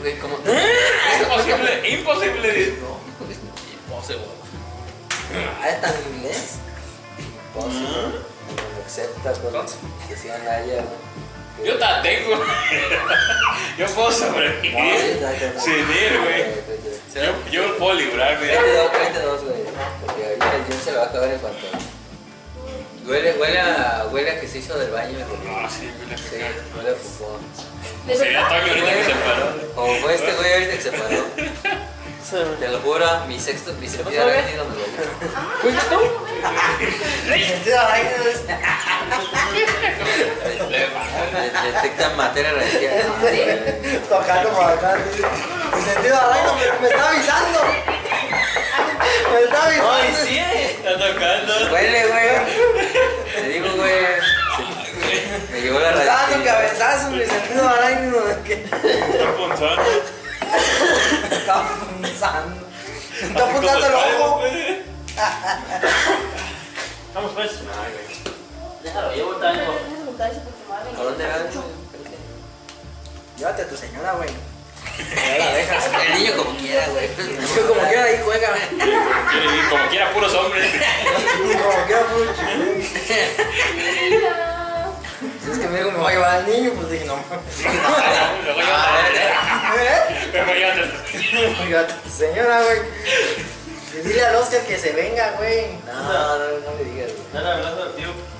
A: Güey, ¿cómo?
B: Imposible, imposible. dice.
D: No sé, güey.
A: Ah, ¿es tan inglés? Imposible. No lo acepta, güey. Decían ayer, güey.
B: Yo la tengo. Yo puedo
A: No,
B: sobrevivir.
A: ahorita, ahorita,
B: Sin ir, güey. Yo,
A: ahorita.
B: yo puedo librarme.
A: Tráete dos, tráete dos, güey. Porque ahorita el Jun se lo va a acabar en cuanto. Huele, huele a, huele a que se hizo del baño. güey.
B: Ah, sí, mira
A: Sí,
B: que cago.
A: huele a popó.
F: De
B: Sería
F: verdad.
B: Toño ahorita que se paró.
A: Como fue este güey ahorita que se paró. Te lo juro, mi sexto, mi sentido
D: sabe?
A: arácnido me lo dijo.
F: Pues
B: Sí, le va.
A: De- Detecta materia racial.
C: Tocando para acá, sí. Mi sentido araña me, me está avisando. Me está avisando.
D: Ay, sí, eh.
B: Está tocando.
A: Huele, güey. Te digo, güey. se- Me llegó la
C: Me está dando
A: raíz.
C: cabezazo, mi sentido arácnido de que
B: Está punzando.
C: me está punzando. Me está punzando el ojo.
B: Vamos pues.
D: Déjalo, llevo tango.
A: ¿A dónde van?
C: Llévate a tu señora, güey.
A: La dejas. El niño como quiera, güey.
C: Yo como quiera ahí juega, güey.
B: Quiere ir como quiera, puros hombres.
C: Como quiera mucho. Es que me dijo, me va a llevar al niño, pues dije, no.
B: Luego yo
A: Ah,
C: ¿Eh?
B: Luego yo
C: Yo a tu señora, güey. Y Dile al Oscar que se venga, güey.
A: No, no, no me digas, güey.
D: Dale abrazo al tío.